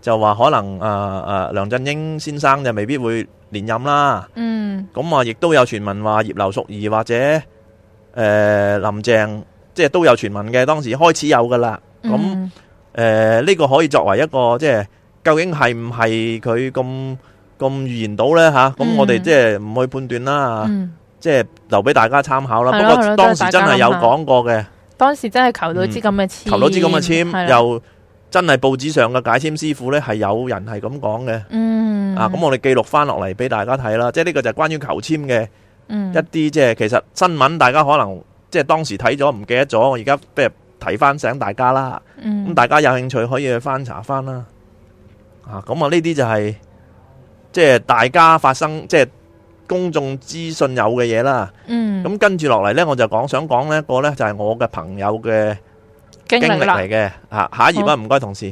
Speaker 4: 就話可能诶诶、呃梁振英先生就未必會連任啦。
Speaker 3: 嗯
Speaker 4: 咁啊，亦都有傳聞話葉劉淑儀或者誒、呃林鄭，即係都有傳聞嘅。當時開始有噶啦。咁
Speaker 3: 嗯
Speaker 4: 誒呢個可以作為一個即係究竟係唔係佢咁咁預言到呢？吓？咁
Speaker 3: 嗯
Speaker 4: 我哋即係唔去判斷啦，
Speaker 3: 嗯，
Speaker 4: 即係留俾大家參考啦。
Speaker 3: 係
Speaker 4: 不
Speaker 3: 咯係
Speaker 4: 過
Speaker 3: 咯
Speaker 4: 當時真係有
Speaker 3: 都係大家諗
Speaker 4: 講過嘅，
Speaker 3: 當時真係求到支咁嘅簽，
Speaker 4: 嗯求到支咁嘅
Speaker 3: 係
Speaker 4: 簽，
Speaker 3: 啦
Speaker 4: 又真係報紙上嘅解簽師傅呢，係有人係咁講嘅。
Speaker 3: 嗯
Speaker 4: 啊，咁我哋記錄翻落嚟俾大家睇啦。即係呢個就係關於求簽嘅。
Speaker 3: 嗯
Speaker 4: 一啲即係其實新聞，大家可能即係當時睇咗唔記得咗，我而家不如提翻醒大家啦。咁、
Speaker 3: 嗯
Speaker 4: 大家有興趣可以去翻查翻啦。啊，咁啊呢啲就係即係大家發生即係公眾資訊有嘅嘢啦。
Speaker 3: 嗯
Speaker 4: 咁、跟住落嚟呢，我就講想講呢個呢，就係我嘅朋友嘅
Speaker 3: 經
Speaker 4: 經歷
Speaker 3: 啦
Speaker 4: 嚟，嘅。啊，下一頁啊，唔該同事。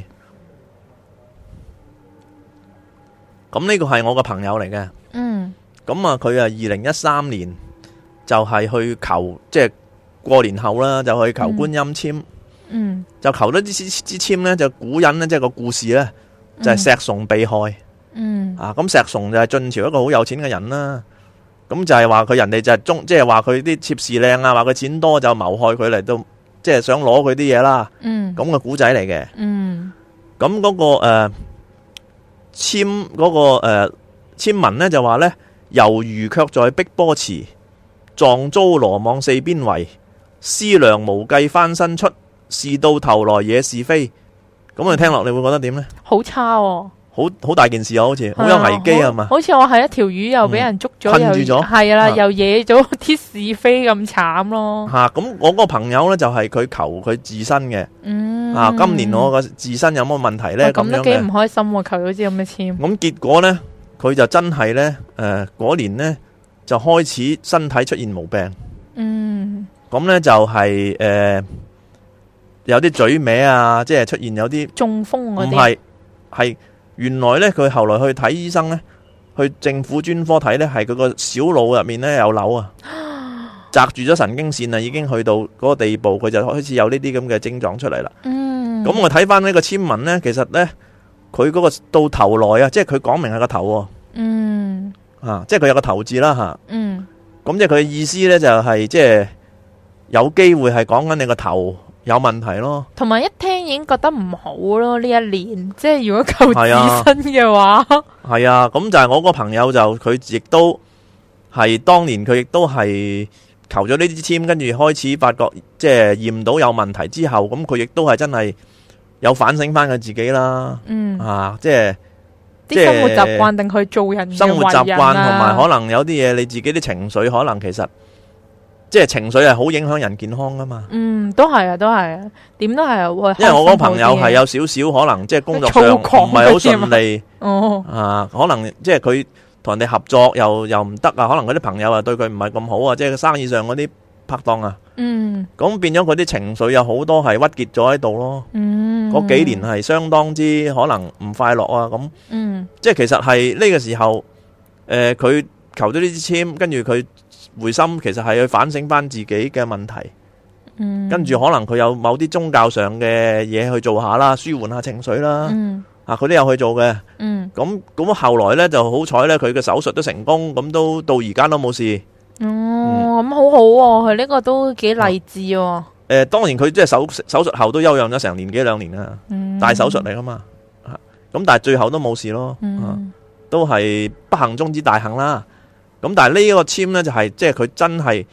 Speaker 4: 咁呢個係我嘅朋友嚟嘅。
Speaker 3: 嗯
Speaker 4: 咁啊，佢啊，二零一三年就係去求，即係過年後啦，就去求觀音簽，
Speaker 3: 嗯，
Speaker 4: 就求得支支簽呢，就古人呢，即係個故事呢，就係石崇被害、
Speaker 3: 嗯
Speaker 4: 啊。咁石崇就係晉朝一個好有錢嘅人啦。咁就係話佢人哋就係中，即係話佢啲妾侍靚啊，話佢錢多就謀害佢嚟到，即係想攞佢啲嘢啦。
Speaker 3: 嗯
Speaker 4: 咁嘅古仔嚟嘅。
Speaker 3: 嗯
Speaker 4: 咁嗰、個诶签嗰個诶签文咧就話咧，猶豫卻在碧波池，撞遭羅網四邊圍，思量無計翻身出，事到頭來惹是非。咁你聽落，你會覺得點咧？
Speaker 3: 好差喎，
Speaker 4: 好好大件事啊，好似好有危機啊嘛。
Speaker 3: 好似我係一條魚又俾人捉咗，又
Speaker 4: 嗯困住咗
Speaker 3: 係啦，
Speaker 4: 啊
Speaker 3: 又惹咗啲是非咁慘咯。
Speaker 4: 吓咁、我嗰個朋友咧就係佢求佢自身嘅、
Speaker 3: 嗯
Speaker 4: 啊，今年我個自身有冇問題
Speaker 3: 哇
Speaker 4: 咧？咁
Speaker 3: 咁
Speaker 4: 樣
Speaker 3: 都幾
Speaker 4: 嘅
Speaker 3: 唔。開心喎，求到支咁嘅簽。
Speaker 4: 咁結果呢，佢就真係呢，誒、嗰年呢，就開始身體出現毛病，
Speaker 3: 嗯
Speaker 4: 咁呢，就係、呃有啲嘴歪啊，即係出現有啲
Speaker 3: 中風
Speaker 4: 唔
Speaker 3: 嗰啲，
Speaker 4: 嗯係係原來呢，佢後來去睇醫生呢，去政府專科睇呢，係佢個小腦入面呢有瘤 啊，擲住咗神經線啊，已經去到嗰個地步，佢就開始有呢啲咁嘅症狀出嚟啦。
Speaker 3: 嗯，
Speaker 4: 咁、我睇翻呢個簽文呢，其實呢，佢嗰個到頭來啊，即係佢講明係個頭喎、
Speaker 3: 嗯
Speaker 4: 啊，即係佢有個頭字啦吓，
Speaker 3: 嗯
Speaker 4: 咁即係佢嘅意思呢，就係、即係有機會係講緊你個頭有問題咯，
Speaker 3: 同埋一聽已經覺得唔好咯，呢一年即係如果求自
Speaker 4: 係啊
Speaker 3: 身嘅話，
Speaker 4: 係啊，咁就係我個朋友就佢亦都係當年佢亦都係求咗呢支簽，跟住開始發覺即係驗到有問題之後，咁佢亦都係真係有反省翻佢自己啦，
Speaker 3: 嗯，
Speaker 4: 啊，即係即
Speaker 3: 啲
Speaker 4: 係
Speaker 3: 生活習慣定佢做人嘅
Speaker 4: 生活習
Speaker 3: 為
Speaker 4: 慣同
Speaker 3: 人啊
Speaker 4: 埋可能有啲嘢你自己啲情緒，可能其實即係情緒係好影響人健康噶嘛。
Speaker 3: 嗯，都係啊，都係啊，點都係啊，會
Speaker 4: 因為
Speaker 3: 開心
Speaker 4: 我嗰個
Speaker 3: 好
Speaker 4: 朋友
Speaker 3: 啲啊嘅
Speaker 4: 係有少少可能即係工作上
Speaker 3: 躁
Speaker 4: 唔
Speaker 3: 狂
Speaker 4: 係好順利
Speaker 3: 哦，
Speaker 4: 啊，可能即係佢同人哋合作又又唔得啊，可能佢啲朋友啊對佢唔係咁好啊，即係生意上嗰啲拍檔啊，
Speaker 3: 嗯
Speaker 4: 咁變咗佢啲情緒有好多係鬱結咗喺度咯。
Speaker 3: 嗯，
Speaker 4: 嗰幾年係相當之可能唔快樂啊，咁
Speaker 3: 嗯
Speaker 4: 即係其實係呢個時候，誒佢求咗呢支簽，跟住佢回心，其實係去反省翻自己嘅問題。
Speaker 3: 嗯，
Speaker 4: 跟住可能佢有某啲宗教上嘅嘢去做下啦，舒緩下情緒啦。
Speaker 3: 嗯
Speaker 4: 啊，佢都有去做嘅。
Speaker 3: 嗯
Speaker 4: 咁咁後來呢，就好彩呢，佢嘅手術都成功，咁都到而家都冇事。嗯
Speaker 3: 哦，咁好好喎，佢呢個都幾勵志喎，
Speaker 4: 誒、當然佢即係手手術後都休養咗成年幾兩年啦，
Speaker 3: 嗯
Speaker 4: 大手術，嚟噶嘛。啊咁、但係最後都冇事咯，啊
Speaker 3: 嗯
Speaker 4: 都係不幸中之大幸啦。咁但係呢個簽呢，就係、即係佢真係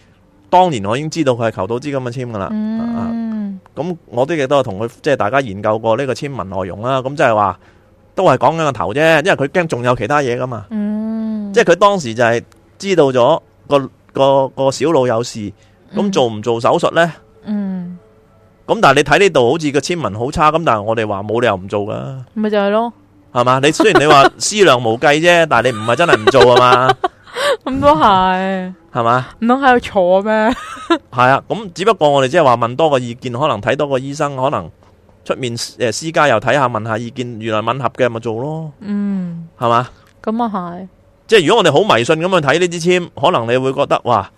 Speaker 4: 當年我已經知道佢係求到資金嘅簽噶啦。啊
Speaker 3: 嗯
Speaker 4: 咁我都亦都有同佢即係大家研究過呢個簽文內容啦。咁即係話都係講緊個頭啫，因為佢驚仲有其他嘢噶嘛。
Speaker 3: 嗯，
Speaker 4: 即係佢當時就係知道咗個個個小腦有事，咁
Speaker 3: 嗯
Speaker 4: 做唔做手術呢？
Speaker 3: 嗯，
Speaker 4: 咁但係你睇呢度好似個簽文好差，咁但係我哋話冇理由唔做噶，
Speaker 3: 咪就係咯，
Speaker 4: 係嘛？你雖然你話思量無計啫，但係你唔係真係唔做啊嘛，
Speaker 3: 咁都係，
Speaker 4: 係嘛？
Speaker 3: 唔通喺度坐咩？
Speaker 4: 係啊，咁只不過我哋即係話問多個意見，可能睇多個醫生，可能出面诶私家又睇下問下意見，原來吻合嘅咪做咯，
Speaker 3: 嗯，
Speaker 4: 係嘛？
Speaker 3: 咁啊係，
Speaker 4: 即係如果我哋好迷信咁去睇呢支簽，可能你會覺得哇，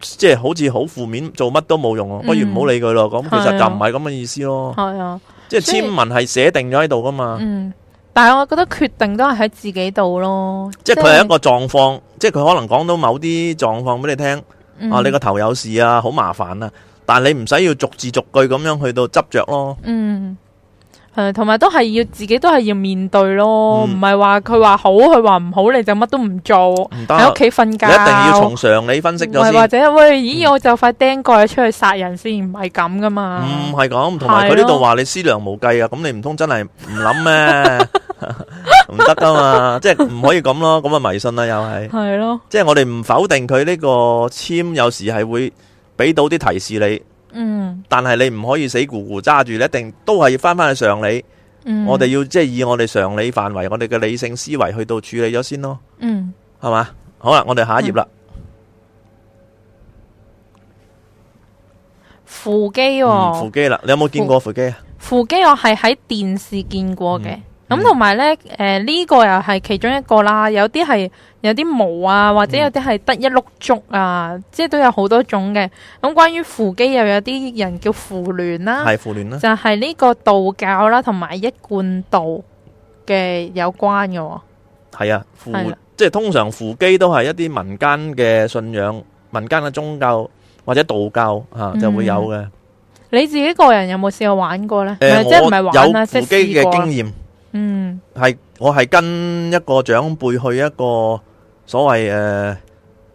Speaker 4: 即係好似好負面，做乜都冇用咯，
Speaker 3: 嗯
Speaker 4: 不如唔好理佢咯。咁、其
Speaker 3: 係啊
Speaker 4: 實就唔係咁嘅意思咯，
Speaker 3: 係啊，
Speaker 4: 即係
Speaker 3: 所以
Speaker 4: 簽文係寫定咗喺度噶嘛，
Speaker 3: 嗯，但係我覺得決定都係喺自己度咯，
Speaker 4: 即係佢係一個狀況，即係佢可能講到某啲狀況俾你聽，
Speaker 3: 嗯
Speaker 4: 啊你個頭有事啊，好麻煩啊，但係你唔使要逐字逐句咁樣去到執着咯，
Speaker 3: 嗯，系，同埋都系要自己都系要面對咯，唔
Speaker 4: 嗯
Speaker 3: 係話佢話好，佢話唔好，你就乜都唔做，
Speaker 4: 唔
Speaker 3: 喺
Speaker 4: 得
Speaker 3: 屋，企瞓
Speaker 4: 你
Speaker 3: 覺。
Speaker 4: 一定要從常理分析
Speaker 3: 唔
Speaker 4: 咗
Speaker 3: 係或
Speaker 4: 先。
Speaker 3: 者喂，咦，我就快釘過去出去殺人先，唔係咁噶嘛。
Speaker 4: 唔係咁，同埋
Speaker 3: 啊係
Speaker 4: 佢呢
Speaker 3: 咯
Speaker 4: 度話你思量無計啊，咁你唔通真係唔諗 咩？唔得噶嘛，即係唔可以咁咯，咁啊迷信啦又係，
Speaker 3: 係咯，
Speaker 4: 即係我哋唔否定佢呢個簽有時係會俾到啲提示你，
Speaker 3: 嗯
Speaker 4: 但係你唔可以死咕咕揸住，你一定都係要翻翻去常理。
Speaker 3: 嗯，
Speaker 4: 我哋要即係以我哋常理範圍，我哋嘅理性思維去到處理咗先咯，
Speaker 3: 嗯
Speaker 4: 係嘛？好啦，我哋下一頁啦，
Speaker 3: 扶機
Speaker 4: 嗯
Speaker 3: 喎
Speaker 4: 扶。機啦，你有冇見過扶機啊？
Speaker 3: 扶機我係喺電視見過
Speaker 4: 嗯
Speaker 3: 嘅。咁同埋咧，誒呢、個又係其中一個啦。有啲係有啲毛啊，或
Speaker 4: 嗯
Speaker 3: 者有啲係得一碌竹啊，即係都有好多種嘅。咁關於扶機又有啲人叫扶聯啦，
Speaker 4: 係啊扶聯啦，
Speaker 3: 就係呢個道教啦，同埋一貫道嘅有關嘅喎、
Speaker 4: 係啊，扶
Speaker 3: 係啦
Speaker 4: 即係通常扶基都係一啲民間嘅信仰、民間嘅宗教或者道教嚇、啊
Speaker 3: 嗯
Speaker 4: 就會有嘅。
Speaker 3: 你自己個人有冇試過玩過呢？
Speaker 4: 誒
Speaker 3: 唔係即係唔係玩
Speaker 4: 我
Speaker 3: 啦，
Speaker 4: 有
Speaker 3: 即
Speaker 4: 扶
Speaker 3: 係
Speaker 4: 基
Speaker 3: 試
Speaker 4: 嘅
Speaker 3: 過
Speaker 4: 經
Speaker 3: 啦。
Speaker 4: 驗，
Speaker 3: 嗯
Speaker 4: 係我係跟一個長輩去一個所謂誒、呃、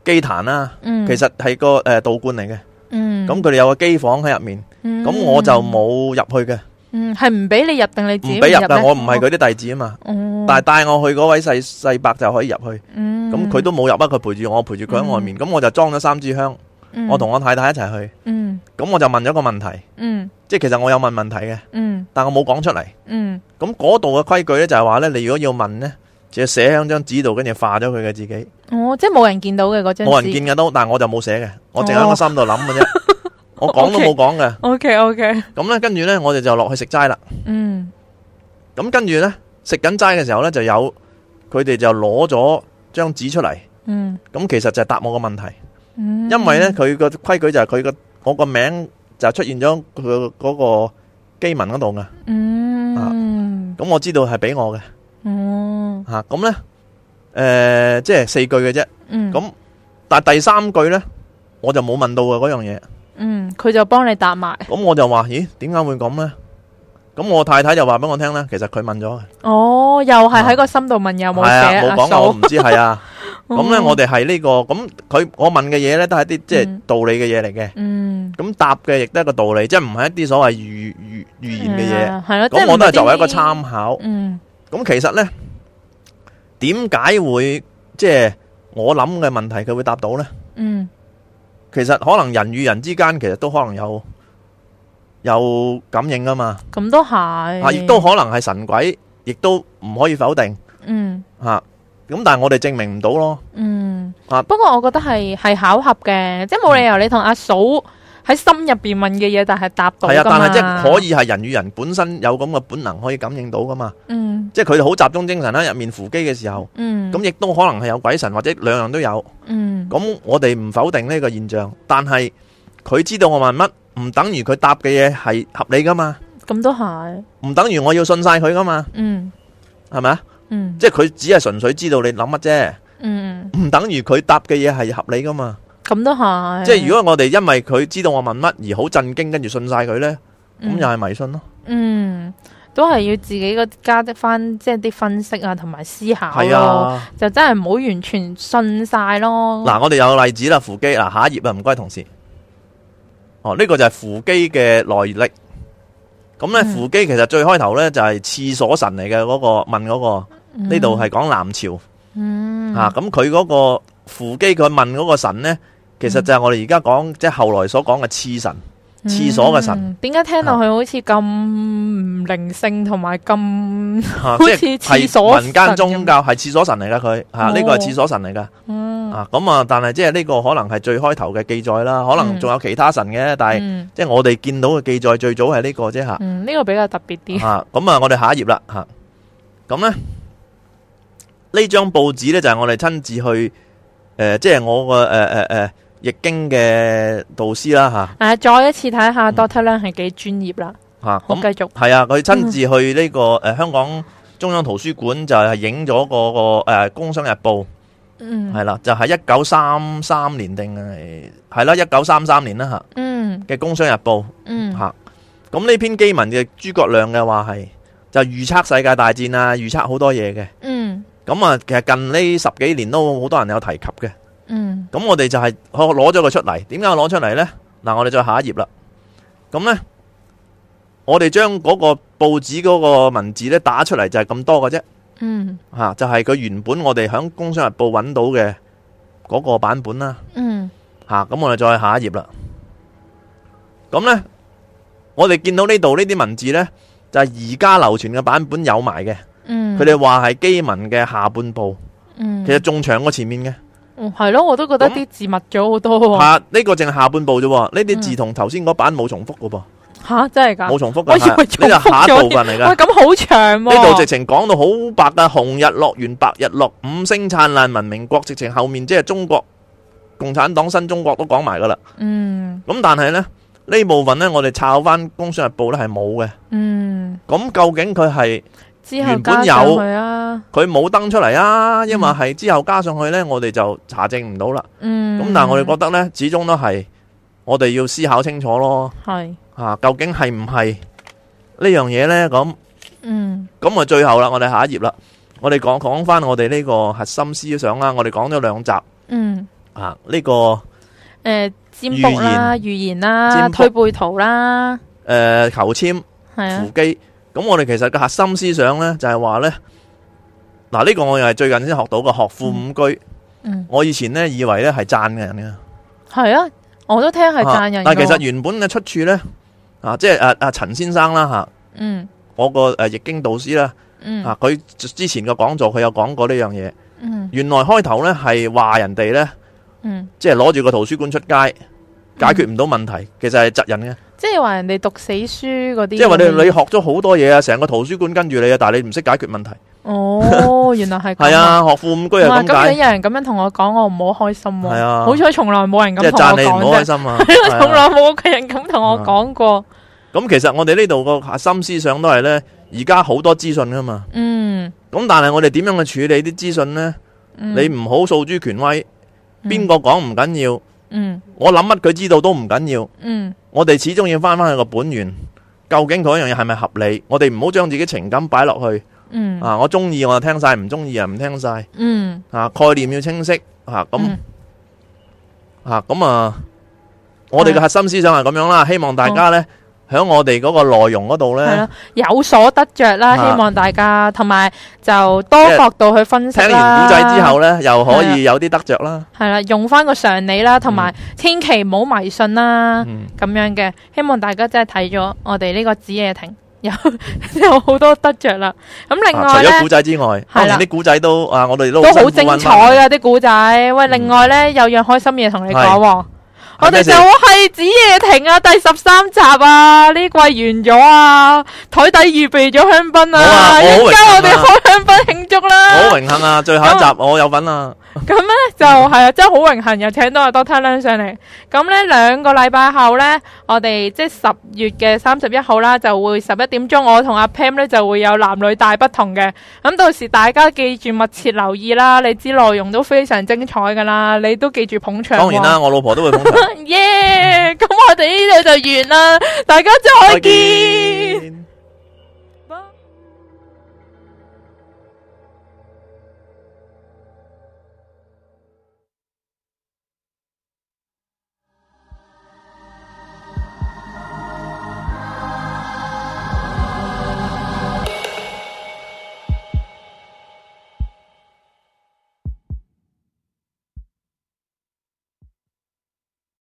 Speaker 4: 基壇啦，
Speaker 3: 嗯，
Speaker 4: 其實係個誒、呃道觀嚟嘅。
Speaker 3: 嗯
Speaker 4: 咁佢哋有個機房喺入面，
Speaker 3: 咁
Speaker 4: 咁、我就冇入去嘅，
Speaker 3: 嗯係唔俾你入定你自己
Speaker 4: 唔俾入
Speaker 3: 呢
Speaker 4: 㗎，我唔係佢啲弟子啊嘛。
Speaker 3: 哦，
Speaker 4: 但係帶我去嗰位細細伯就可以入去，
Speaker 3: 嗯
Speaker 4: 咁佢都冇入啊，佢陪住我，陪住佢喺外面，咁我就裝咗三支香，
Speaker 3: 嗯
Speaker 4: 我同我太太一齊去。
Speaker 3: 嗯
Speaker 4: 咁我就問咗個問題，
Speaker 3: 嗯
Speaker 4: 即係其實我有問問題嘅，
Speaker 3: 嗯
Speaker 4: 但我冇講出嚟。
Speaker 3: 嗯
Speaker 4: 咁嗰度嘅規矩呢，就係話呢：你如果要問呢，就要寫喺張紙度，跟住化咗佢嘅自己，
Speaker 3: 哦，即係冇人見到嘅嗰張哦
Speaker 4: 冇人見嘅都，但係我就冇寫嘅，我淨係喺個心度諗嘅啫， 我講都冇講嘅。
Speaker 3: O K O K，
Speaker 4: 咁呢，跟住呢，我哋就落去食齋啦。
Speaker 3: 嗯
Speaker 4: 咁跟住呢，食緊齋嘅時候呢，就有佢哋就攞咗張紙出嚟，
Speaker 3: 嗯
Speaker 4: 咁其實就係答我個問題，
Speaker 3: 嗯，
Speaker 4: 因為呢，佢個規矩就係佢個我個名就出現咗佢嗰個基文嗰度嘅，啊
Speaker 3: 嗯
Speaker 4: 咁我知道係俾我嘅。
Speaker 3: 哦
Speaker 4: 吓咁咧，诶、即係四句嘅啫。
Speaker 3: 嗯
Speaker 4: 咁但系第三句咧，我就冇問到嘅嗰樣嘢。
Speaker 3: 嗯，佢就幫你答埋
Speaker 4: 咁我就話：咦，點解會咁咧？咁我太太就話俾我聽咧，其實佢問咗嘅，
Speaker 3: 哦，又係喺個心度問有冇
Speaker 4: 啊係啊，
Speaker 3: 寫
Speaker 4: 冇
Speaker 3: 阿
Speaker 4: 講我
Speaker 3: 嫂
Speaker 4: 唔知係啊。咁 咧，
Speaker 3: 哦
Speaker 4: 我哋係呢個咁，佢我問嘅嘢咧都係啲即係
Speaker 3: 嗯
Speaker 4: 道理嘅嘢嚟嘅。
Speaker 3: 嗯
Speaker 4: 咁答嘅亦都係一個道理，即係唔係一啲所謂預預預言
Speaker 3: 係咯，
Speaker 4: 嘅嘢。
Speaker 3: 即係
Speaker 4: 咁我都係
Speaker 3: 唔
Speaker 4: 作為一個
Speaker 3: 啲
Speaker 4: 參考。
Speaker 3: 嗯
Speaker 4: 咁其實咧，點解會即係我諗嘅問題佢會答到咧？
Speaker 3: 嗯
Speaker 4: 其實可能人與人之間其實都可能有有感應噶嘛，
Speaker 3: 咁都係
Speaker 4: 啊，亦都可能係神鬼，亦都唔可以否定
Speaker 3: 嗯
Speaker 4: 吓。咁、但係我哋證明唔到咯，
Speaker 3: 嗯
Speaker 4: 啊
Speaker 3: 不過我覺得係係巧合嘅，即係冇理由你同阿嫂喺心入邊問嘅嘢，但係答到
Speaker 4: 係
Speaker 3: 㗎
Speaker 4: 啊，但係即
Speaker 3: 嘛
Speaker 4: 係可以係人與人本身有咁嘅本能可以感應到噶嘛，
Speaker 3: 嗯
Speaker 4: 即係佢哋好集中精神啦，入面扶機嘅時候，
Speaker 3: 嗯
Speaker 4: 咁亦都可能係有鬼神或者兩樣都有。
Speaker 3: 嗯
Speaker 4: 咁我哋唔否定呢個現象，但係佢知道我問乜，唔等於佢答嘅嘢係合理噶嘛，
Speaker 3: 咁都係
Speaker 4: 唔等於我要信晒佢噶嘛，
Speaker 3: 嗯
Speaker 4: 係咪啊？
Speaker 3: 嗯
Speaker 4: 即係佢只係純粹知道你諗乜啫，
Speaker 3: 嗯
Speaker 4: 唔等於佢答嘅嘢係合理噶嘛。
Speaker 3: 咁都係
Speaker 4: 即係如果我哋因為佢知道我問乜而好震驚，跟住信晒佢呢，咁
Speaker 3: 嗯
Speaker 4: 又係迷信咯。
Speaker 3: 嗯都係要自己個加得翻即係啲分析啊，同埋思考
Speaker 4: 係
Speaker 3: 咯，
Speaker 4: 啊，
Speaker 3: 就真係唔好完全信晒咯。
Speaker 4: 嗱，我哋有例子啦，扶基嗱，下一頁啊，唔該同事。哦，呢個就係扶基嘅來歷。咁呢，
Speaker 3: 嗯
Speaker 4: 扶基其實最開頭呢就係廁所神嚟嘅嗰個問嗰個，呢度係講南朝
Speaker 3: 嗯
Speaker 4: 啊。咁佢嗰個扶基佢問嗰個神呢，其
Speaker 3: 嗯
Speaker 4: 實就係我哋而家講即係後來所講嘅次神。廁所嘅神
Speaker 3: 嗯，点解聽落去好似咁靈性同埋咁
Speaker 4: 啊
Speaker 3: 好似
Speaker 4: 即係
Speaker 3: 廁所
Speaker 4: 係民間
Speaker 3: 神咁
Speaker 4: 宗教係廁所神嚟噶佢啊，呢個
Speaker 3: 哦
Speaker 4: 係廁所神嚟噶
Speaker 3: 嗯
Speaker 4: 啊，咁啊，但係即係呢個可能係最開頭嘅記載啦，可能
Speaker 3: 嗯
Speaker 4: 仲有其他神嘅，但係
Speaker 3: 嗯
Speaker 4: 即係我哋見到嘅記載最早係呢個啫吓。
Speaker 3: 嗯呢個比較特別啲，
Speaker 4: 吓咁啊啊，我哋下一頁啦吓，咁咧呢張報紙咧就係我哋親自去诶、呃即係我個诶诶诶易經嘅導師啦吓
Speaker 3: 啊再一次睇下 Doctor Lang 係幾專業啦，
Speaker 4: 吓
Speaker 3: 好繼
Speaker 4: 嗯咁
Speaker 3: 續，嗯
Speaker 4: 係啊，佢親自去呢、個个呃香港中央圖書館就係影咗個個诶《工商日報》
Speaker 3: 嗯
Speaker 4: 係啦，就係一九三三年定係係啦一九三三年啦吓
Speaker 3: 嗯
Speaker 4: 嘅《工商日報》
Speaker 3: 嗯
Speaker 4: 吓，咁呢篇基文嘅諸葛亮嘅話係就預測世界大戰啊，預測好多嘢嘅。
Speaker 3: 嗯
Speaker 4: 咁啊，其實近呢十幾年都好多人有提及嘅。
Speaker 3: 嗯
Speaker 4: 咁我哋就係攞攞咗佢出嚟。點解我攞出嚟呢？嗱，我哋再下一頁啦。咁呢，我哋將嗰個報紙嗰個文字呢打出嚟就係咁多嘅啫。
Speaker 3: 嗯
Speaker 4: 嚇、就係、佢原本我哋響《工商日報》揾到嘅嗰個版本啦。
Speaker 3: 嗯
Speaker 4: 嚇、咁我哋再下一頁啦。咁呢，我哋見到呢度呢啲文字呢，就係而家流傳嘅版本有埋嘅。
Speaker 3: 嗯，
Speaker 4: 佢哋話係基文嘅下半部，
Speaker 3: 嗯
Speaker 4: 其實仲長過前面嘅。
Speaker 3: 嗯係咯，我都覺得
Speaker 4: 咁
Speaker 3: 啲字密咗好多喎，
Speaker 4: 吓，呢個淨係下半部啫喎，呢啲字同頭先嗰版冇重複嘅噃，
Speaker 3: 吓真係㗎
Speaker 4: 冇，重複
Speaker 3: 我
Speaker 4: 嘅，
Speaker 3: 以為
Speaker 4: 係啊
Speaker 3: 重
Speaker 4: 呢就
Speaker 3: 複
Speaker 4: 下
Speaker 3: 咗
Speaker 4: 一部
Speaker 3: 添
Speaker 4: 分嚟
Speaker 3: 喂
Speaker 4: 㗎。
Speaker 3: 咁好長
Speaker 4: 呢度直
Speaker 3: 喎，
Speaker 4: 情講到好白噶，紅日落完白日落，五星燦爛文明國，直情後面即係中國共產黨新中國都講埋㗎啦。
Speaker 3: 嗯
Speaker 4: 咁但係呢，呢部分呢，我哋抄翻《工商日報》呢係冇嘅。
Speaker 3: 嗯
Speaker 4: 咁究竟佢係
Speaker 3: 之後
Speaker 4: 原
Speaker 3: 加
Speaker 4: 本有
Speaker 3: 上去啊，
Speaker 4: 佢冇登出嚟啊？因為係之後加上去呢，我哋就查證唔到啦。
Speaker 3: 嗯
Speaker 4: 咁但係我哋覺得呢，始終都係我哋要思考清楚咯。
Speaker 3: 係
Speaker 4: 啊，究竟係唔係呢樣嘢呢？咁
Speaker 3: 嗯
Speaker 4: 咁啊，最後啦，我哋下一頁啦，我哋講講翻我哋呢個核心思想啦。我哋講咗兩集
Speaker 3: 嗯。
Speaker 4: 啊，呢、個个
Speaker 3: 诶、占卜啦、预言啦、
Speaker 4: 占卜
Speaker 3: 推背圖啦，
Speaker 4: 诶、求簽
Speaker 3: 係
Speaker 4: 扶
Speaker 3: 啊，
Speaker 4: 基，咁我哋其實嘅核心思想呢，就係話呢。嗱，呢個我又係最近先學到嘅學富五居。
Speaker 3: 嗯，
Speaker 4: 我以前呢，以為呢係讚嘅人嘅，
Speaker 3: 係啊，我都聽係讚
Speaker 4: 啊
Speaker 3: 人㗎喎、
Speaker 4: 但其實原本嘅出處呢，啊，即係啊啊陳先生啦嚇、
Speaker 3: 嗯
Speaker 4: 我個誒易經導師啦
Speaker 3: 嗯
Speaker 4: 啊，佢之前嘅講座佢有講過呢樣嘢。
Speaker 3: 嗯
Speaker 4: 原來開頭呢係話人哋呢，
Speaker 3: 嗯，
Speaker 4: 即係攞住個圖書館出街，解決唔到問題，其實係窒人嘅。
Speaker 3: 即係話人哋讀死書嗰啲，
Speaker 4: 即係話你你學咗好多嘢啊，成個圖書館跟住你啊，但係你唔識解決問題。
Speaker 3: 哦，原來係咁
Speaker 4: 係，啊，學富五居
Speaker 3: 嗯哇咁
Speaker 4: 係咁
Speaker 3: 如
Speaker 4: 解，
Speaker 3: 果有人咁樣同我講，我唔好開心喎、
Speaker 4: 係啊
Speaker 3: 好彩從來冇人
Speaker 4: 即係
Speaker 3: 咁
Speaker 4: 讚你
Speaker 3: 同
Speaker 4: 唔好
Speaker 3: 我講
Speaker 4: 開
Speaker 3: 啫，
Speaker 4: 心啊。
Speaker 3: 從
Speaker 4: 係啊
Speaker 3: 來冇個人咁同我講過。
Speaker 4: 咁其實我哋呢度個核心思想都係呢，而家好多資訊噶嘛。
Speaker 3: 嗯，
Speaker 4: 咁但係我哋點樣去處理啲資訊呢？你唔好訴諸權威，邊個講唔緊要，
Speaker 3: 嗯
Speaker 4: 我諗乜佢知道都唔緊要。
Speaker 3: 嗯
Speaker 4: 我哋始終要翻翻去個本源，究竟嗰樣嘢係咪合理？我哋唔好將自己情感擺落去
Speaker 3: 嗯
Speaker 4: 啊！我中意我就聽晒，唔中意啊唔聽晒
Speaker 3: 嗯，
Speaker 4: 啊！概念要清晰啊！咁
Speaker 3: 嗯
Speaker 4: 啊咁啊，我哋嘅核心思想係咁樣啦，希望大家呢，喺我哋嗰個內容嗰度
Speaker 3: 係
Speaker 4: 呢，
Speaker 3: 咯，有所得着啦，
Speaker 4: 啊
Speaker 3: 希望大家同埋就多角度去分析
Speaker 4: 聽
Speaker 3: 啦。
Speaker 4: 完古仔之後呢，又可以有啲得着啦。
Speaker 3: 系啦，用翻個常理啦，同埋千祈唔好迷信啦，
Speaker 4: 嗯，
Speaker 3: 咁樣嘅。希望大家真係睇咗我哋呢個子夜亭 有有好多得着啦。咁另
Speaker 4: 啊除
Speaker 3: 外
Speaker 4: 咗
Speaker 3: 咧
Speaker 4: 古。仔之外，當然啲古仔都啊，我哋都
Speaker 3: 都
Speaker 4: 辛苦
Speaker 3: 好精
Speaker 4: 揾
Speaker 3: 彩
Speaker 4: 返嗯
Speaker 3: 啊！啲古仔，喂，另外咧有樣開心嘢同你講喎，我
Speaker 4: 係咩
Speaker 3: 哋就
Speaker 4: 事
Speaker 3: 係子夜亭啊，第十三集啊，呢季完咗啊，台底預備咗香檳
Speaker 4: 好啊
Speaker 3: 啊，
Speaker 4: 我好
Speaker 3: 一
Speaker 4: 榮
Speaker 3: 家我哋
Speaker 4: 幸啊
Speaker 3: 開香檳慶祝啦，
Speaker 4: 我好榮幸啊！最後一集我有份啊，
Speaker 3: 咁咧就係啊，真係好榮幸又請到阿 Doctor 梁上嚟。咁咧兩個禮拜後咧，我哋即係十月嘅三十一號啦，就會十一點鐘，我同阿 Pam 咧就會有男女大不同嘅。咁到時大家記住密切留意啦，你知內容都非常精彩噶啦，你都記住捧場。
Speaker 4: 當然啦，，我老婆都會捧場。
Speaker 3: 耶！咁我哋呢度就完啦，大家再
Speaker 4: 再見
Speaker 3: 見。